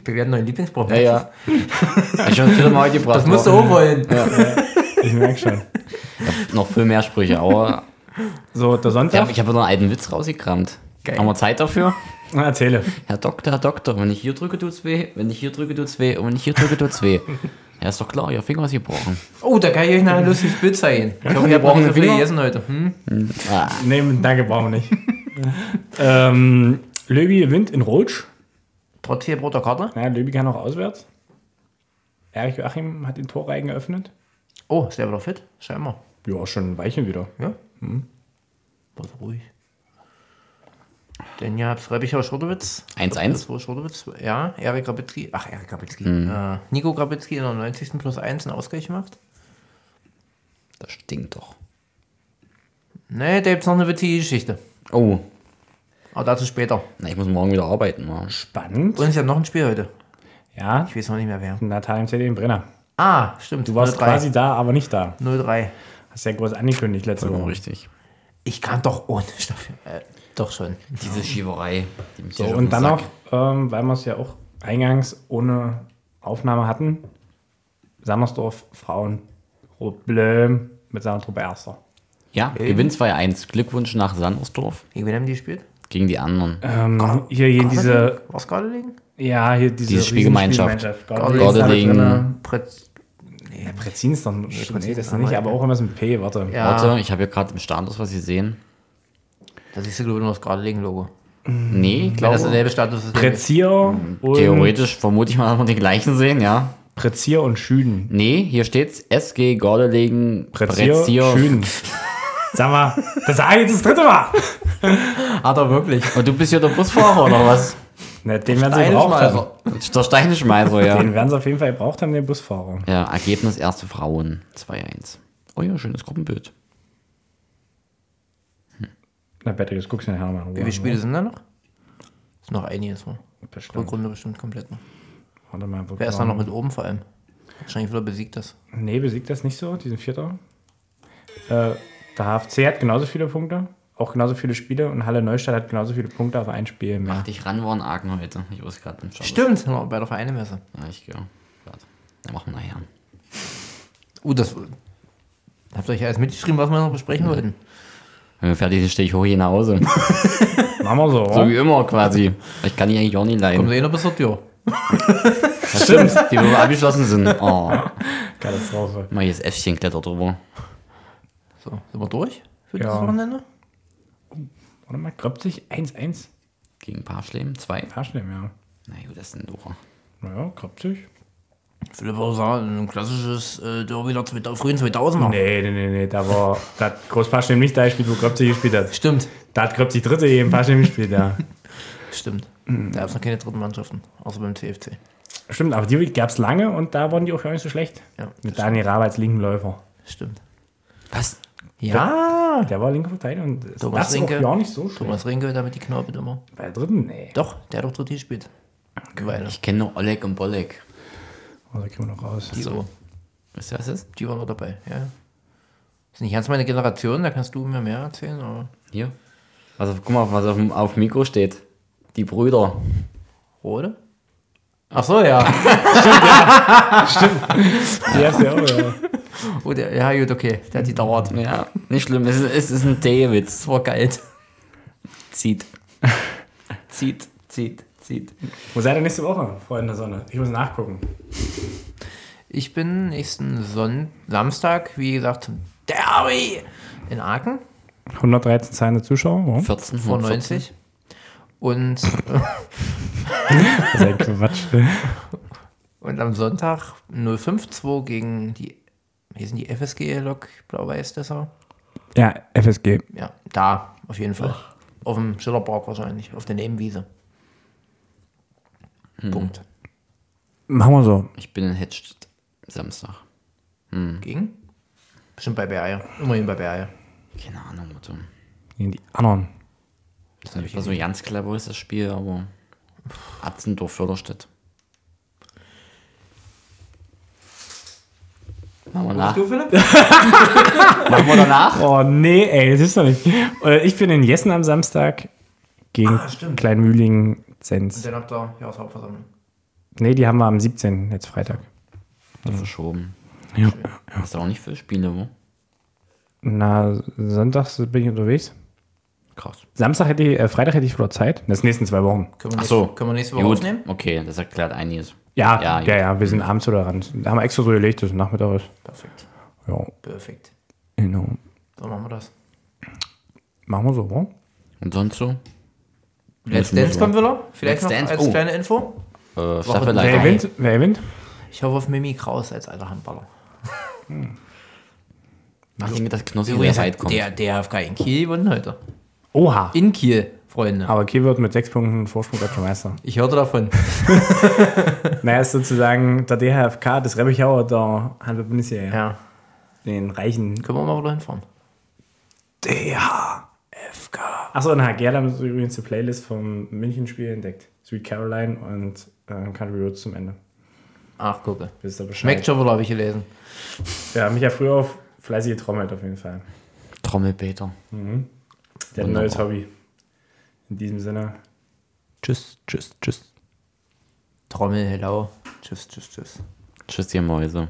Speaker 2: Wir werden neuen Lieblingsbruch.
Speaker 1: Ja,
Speaker 2: *laughs*
Speaker 1: ja. ich habe viel mal gebracht.
Speaker 2: Das musst du auch wollen.
Speaker 3: Ich merke schon.
Speaker 1: Noch viel mehr Sprüche,
Speaker 2: *laughs*
Speaker 1: aber
Speaker 3: So, der
Speaker 1: ja,
Speaker 3: Sonntag.
Speaker 1: ich habe noch einen alten Witz rausgekramt.
Speaker 2: Geil.
Speaker 1: Haben wir Zeit dafür?
Speaker 3: Na, Erzähle.
Speaker 1: Herr Doktor, Herr Doktor, wenn ich hier drücke, tut's weh. Wenn ich hier drücke, tut's weh. Und wenn ich hier drücke, tut's
Speaker 2: *laughs*
Speaker 1: weh. Ja, ist doch klar, ihr Finger ist gebrochen.
Speaker 2: Oh, da kann ich euch nachher ein lustiges Bild zeigen. Ich hoffe,
Speaker 1: Wir
Speaker 2: ihr habt noch
Speaker 1: brauchen
Speaker 2: nicht so viel
Speaker 1: Finger.
Speaker 2: gegessen heute. Hm?
Speaker 1: Ah,
Speaker 3: *laughs* Nee, danke, brauchen wir nicht. ähm, Löwy gewinnt in Rotsch.
Speaker 2: Trotz vier roter Karte.
Speaker 3: Naja, Löbi kann auch auswärts. Erich Joachim hat den Torreigen geöffnet.
Speaker 2: Oh, ist der wieder fit? Scheinbar.
Speaker 3: Ja, schon ein Weichen wieder.
Speaker 2: Ja.
Speaker 1: Hm.
Speaker 2: War so ruhig. Denn ja, Rebichau Schrodowitz.
Speaker 1: 1-1.
Speaker 2: Das war Schrodowitz. Ja, Erik Rabitzky. Ach, Erik Rabitzky.
Speaker 1: Hm.
Speaker 2: Äh, Nico Rabitzky in der 90. plus 1 einen Ausgleich gemacht.
Speaker 1: Das stinkt doch.
Speaker 2: Nee, da gibt's noch eine witzige Geschichte.
Speaker 1: Oh,
Speaker 2: Aber dazu später.
Speaker 1: na, ich muss morgen wieder arbeiten. ne? Ja.
Speaker 3: Spannend.
Speaker 2: Und es ist ja noch ein Spiel heute.
Speaker 3: Ja,
Speaker 2: Ich weiß noch nicht mehr wer.
Speaker 3: Nathalian CD in Brenner.
Speaker 2: Ah, stimmt.
Speaker 3: Du warst quasi da, aber nicht da.
Speaker 2: 03.
Speaker 3: Hast ja groß angekündigt letzte Woche.
Speaker 1: richtig.
Speaker 2: Ich kann doch ohne *laughs* Staffel. Äh, doch schon.
Speaker 1: Diese Schieberei. Die mich
Speaker 3: So,
Speaker 1: hier schon
Speaker 3: und dann
Speaker 1: sagt.
Speaker 3: noch, ähm, weil wir es ja auch eingangs ohne Aufnahme hatten, Sammersdorf Frauen Problem mit seiner Truppe Erster.
Speaker 1: Ja, Gewinn 2-1. Glückwunsch nach Sandersdorf
Speaker 2: Gegen wen haben die gespielt?
Speaker 1: gegen die anderen.
Speaker 3: Ähm, hier, hier diese,
Speaker 2: Was gerade liegen?
Speaker 3: ja, hier diese,
Speaker 1: Diese Spielgemeinschaft.
Speaker 3: Gordeling.
Speaker 1: Gordeling.
Speaker 3: Gordeling.
Speaker 2: Prez
Speaker 3: Ja, Prezin ist doch nee,
Speaker 2: Prezin
Speaker 3: das
Speaker 2: ist
Speaker 3: ist nicht,
Speaker 2: Amerika.
Speaker 3: aber auch irgendwas mit P, warte.
Speaker 2: Ja.
Speaker 1: Warte, ich habe hier gerade im Status, was Sie sehen.
Speaker 2: Das ist, glaube ich, nur das gerade liegen Logo.
Speaker 1: Nee, ich
Speaker 2: Wenn das
Speaker 1: glaube,
Speaker 2: derselbe Status ist.
Speaker 3: Prezier und,
Speaker 1: theoretisch vermute ich mal, dass wir die gleichen sehen, ja.
Speaker 3: Prezier und Schüden.
Speaker 1: Nee, hier steht's SG Gordelegen
Speaker 3: Prezier,
Speaker 1: Prezier.
Speaker 3: Schüden. Sag mal, das sage ich jetzt das dritte Mal.
Speaker 2: Hat er wirklich.
Speaker 1: Und du bist ja der Busfahrer oder *laughs* was?
Speaker 3: Na, den werden sie gebraucht
Speaker 2: also-
Speaker 3: haben.
Speaker 1: also- Der Steinschmeißer, ja.
Speaker 3: Den werden sie auf jeden Fall gebraucht haben, den Busfahrer.
Speaker 1: Ja, Ergebnis erste Frauen 2-1. Oh ja, schönes Gruppenbild.
Speaker 3: Na, Patrick, das guckst du nachher nochmal in Ruhe
Speaker 2: Wie viele
Speaker 3: an,
Speaker 2: Spiele sind da noch? Ist noch einiges. Ne?
Speaker 3: oder? Bestimmt.
Speaker 2: Rückrunde bestimmt komplett noch.
Speaker 3: Warte mal,
Speaker 2: Wer ist da noch mit oben vor allem? Wahrscheinlich wieder besiegt das.
Speaker 3: Nee, besiegt das nicht so, diesen Vierter. Äh, der HFC hat genauso viele Punkte, auch genauso viele Spiele und Halle Neustadt hat genauso viele Punkte, aber ein
Speaker 2: *laughs*
Speaker 3: Spiel mehr.
Speaker 1: Hatte ich ran waren Argen heute. Ich wusste gerade im Status.
Speaker 2: Stimmt, noch bei der Vereinemesse.
Speaker 1: Ja, Ah, ich gehe. Warte. Dann machen wir nachher.
Speaker 2: Uh, das. Habt ihr euch alles mitgeschrieben, was wir noch besprechen wollten?
Speaker 1: Wenn wir fertig sind, stehe ich hoch hier nach Hause.
Speaker 3: Machen wir so,
Speaker 1: So
Speaker 3: oder?
Speaker 1: wie immer quasi. Ich kann die eigentlich auch nicht leiden.
Speaker 2: Kommt ihr eh noch bis zur Tür?
Speaker 1: Das stimmt. Die wohl abgeschlossen sind. Oh,
Speaker 3: Katastrophe.
Speaker 1: mal hier das Äffchen klettert drüber.
Speaker 2: So, sind wir durch für
Speaker 3: Ja.
Speaker 2: dieses Wochenende?
Speaker 3: Warte mal, gröbt sich 1-1.
Speaker 1: Gegen Paarschleben. Zwei.
Speaker 3: Fahrschlimm, ja.
Speaker 1: Na gut, das ist ein Locher.
Speaker 3: Naja, gröbt sich.
Speaker 2: Philipp Hauser, ein klassisches äh, Derby der 2000, frühen 2000er.
Speaker 3: Nee, nee, nee, nee, da war, da hat Großfahrschlimm nicht da gespielt, wo gröbt sich gespielt hat.
Speaker 2: Stimmt,
Speaker 3: Da hat gröbt sich Dritte eben Fahrschlimm
Speaker 2: *laughs*
Speaker 3: gespielt, ja.
Speaker 2: stimmt. Da gab es noch keine dritten Mannschaften, außer beim CFC.
Speaker 3: Stimmt, aber die gab es lange und da waren die auch gar nicht so schlecht.
Speaker 2: Ja,
Speaker 3: Mit Daniel Rabe als linken Läufer.
Speaker 2: stimmt.
Speaker 1: Was?
Speaker 2: Ja!
Speaker 3: Der war linker Verteidiger und
Speaker 2: Thomas
Speaker 3: das ist auch
Speaker 2: Rinke.
Speaker 3: gar nicht so schlecht.
Speaker 2: Thomas Rinke, damit die Knorpel immer.
Speaker 3: Bei der dritten, nee.
Speaker 2: Doch, der hat doch dritt gespielt. Weil
Speaker 1: Ich kenne nur Oleg und Bolek.
Speaker 3: Oh, da kriegen wir noch raus.
Speaker 2: die, so,
Speaker 1: Weißt du, was das ist?
Speaker 2: die waren noch dabei, ja. ja. ist nicht ganz meine Generation, da kannst du mir mehr erzählen, aber
Speaker 1: Hier. Was auf, guck mal, was auf dem auf dem Mikro steht. Die Brüder.
Speaker 2: Rode? Ach so, *laughs* ja.
Speaker 3: Die hast du ja auch, ja.
Speaker 2: Oh, der, ja, gut, okay. Der hat die dauert.
Speaker 1: Ja, nicht schlimm. Es ist, es ist ein Davids.
Speaker 2: Das war geil.
Speaker 1: Zieht. zieht, zieht, zieht.
Speaker 3: Wo seid ihr nächste Woche, Freunde der Sonne? Ich muss nachgucken.
Speaker 2: Ich bin nächsten Son Samstag, wie gesagt, zum Derby in Aachen
Speaker 3: 113 zahlende Zuschauer. *laughs* Warum?
Speaker 1: 14
Speaker 2: vor 90. Und, *laughs*
Speaker 3: Das ist ein Quatsch.
Speaker 2: und am Sonntag 052 gegen die, wie sind die FSG Lok Blau-Weiß Dessau?
Speaker 3: Ja, FSG.
Speaker 2: Ja, da, auf jeden Fall. Auf dem Schillerpark wahrscheinlich, auf der Nebenwiese. Punkt.
Speaker 3: Machen wir so.
Speaker 1: Ich bin in Hedstedt. Samstag.
Speaker 2: Gegen? Bestimmt bei Berge. Immerhin bei Berge.
Speaker 1: Keine Ahnung, Mutter.
Speaker 3: Gegen die anderen.
Speaker 1: Das ist nicht mal so ganz clever ist das Spiel, aber Atzendorf Förderstedt. Machen wir
Speaker 2: Ah.
Speaker 1: nach.
Speaker 2: Philipp?
Speaker 1: Machen wir
Speaker 3: *laughs*
Speaker 1: danach.
Speaker 3: Oh, nee, ey, das ist doch nicht. Äh, Ich bin in Jessen am Samstag gegen
Speaker 2: Ah, stimmt.
Speaker 3: Kleinmühlingen Zens.
Speaker 2: Dann habt ihr Jahreshauptversammlung.
Speaker 3: Nee, die haben wir am 17. jetzt Freitag.
Speaker 1: Verschoben.
Speaker 3: Ja.
Speaker 1: Hast du auch nicht viele Spiele, wo?
Speaker 3: Na, Sonntag bin ich unterwegs.
Speaker 1: Krass.
Speaker 3: Samstag hätte ich, äh, Freitag hätte ich wieder Zeit. Das sind die nächsten zwei Wochen.
Speaker 2: Können
Speaker 1: Ach
Speaker 2: wir, nächste,
Speaker 1: so.
Speaker 2: können wir nächste Woche
Speaker 1: Gut,
Speaker 2: aufnehmen?
Speaker 1: okay, das erklärt einiges. Ja,
Speaker 3: Ja, ja,
Speaker 1: gut.
Speaker 3: ja, wir sind abends oder ran. Da haben wir extra so gelegt, dass es Nachmittag ist.
Speaker 2: Perfekt.
Speaker 3: Ja,
Speaker 2: Perfekt.
Speaker 3: genau.
Speaker 2: So machen wir das.
Speaker 3: Machen wir so, oder?
Speaker 1: Äh, Und sonst so?
Speaker 2: Let's Dance kommen wir noch. Vielleicht
Speaker 1: Let's
Speaker 2: noch
Speaker 1: Dance,
Speaker 2: als
Speaker 1: oh.
Speaker 2: kleine Info.
Speaker 1: Äh,
Speaker 3: Wer
Speaker 1: Staffelleiter.
Speaker 2: drei.
Speaker 3: gewinnt? Wer gewinnt?
Speaker 2: Ich hoffe auf Mimi Kraus als alter Handballer.
Speaker 1: Mach ihn mit das Knossi, wo er weit kommt.
Speaker 2: halt der, der FK in Kiel gewonnen heute.
Speaker 3: Oha.
Speaker 2: In Kiel, Freunde.
Speaker 3: Aber Kiel wird mit sechs Punkten Vorsprung deutscher Meister.
Speaker 2: Ich hörte davon.
Speaker 3: Naja, ist sozusagen der DHFK, das Rebichauer der Handball-Bundesliga.
Speaker 2: *laughs* Ja.
Speaker 3: Den reichen
Speaker 2: Können wir mal wieder hinfahren.
Speaker 3: DHFK. Achso, und HGL haben sie übrigens die Playlist vom München-Spiel entdeckt. Sweet Caroline und ähm, Country Roads zum Ende.
Speaker 2: Ach, gucke.
Speaker 3: Wisst ihr Bescheid.
Speaker 2: Schmeckt schon wohl, habe ich gelesen.
Speaker 3: Wir haben mich ja früher auf fleißig getrommelt, auf jeden Fall. Mhm.
Speaker 1: Trommelpeter.
Speaker 3: Der ein neues
Speaker 1: Wunderbar.
Speaker 3: Hobby. In diesem Sinne.
Speaker 1: Tschüss, tschüss, tschüss.
Speaker 2: Trommel, hello. Tschüss, tschüss, tschüss.
Speaker 1: Tschüss, ihr Mäuse.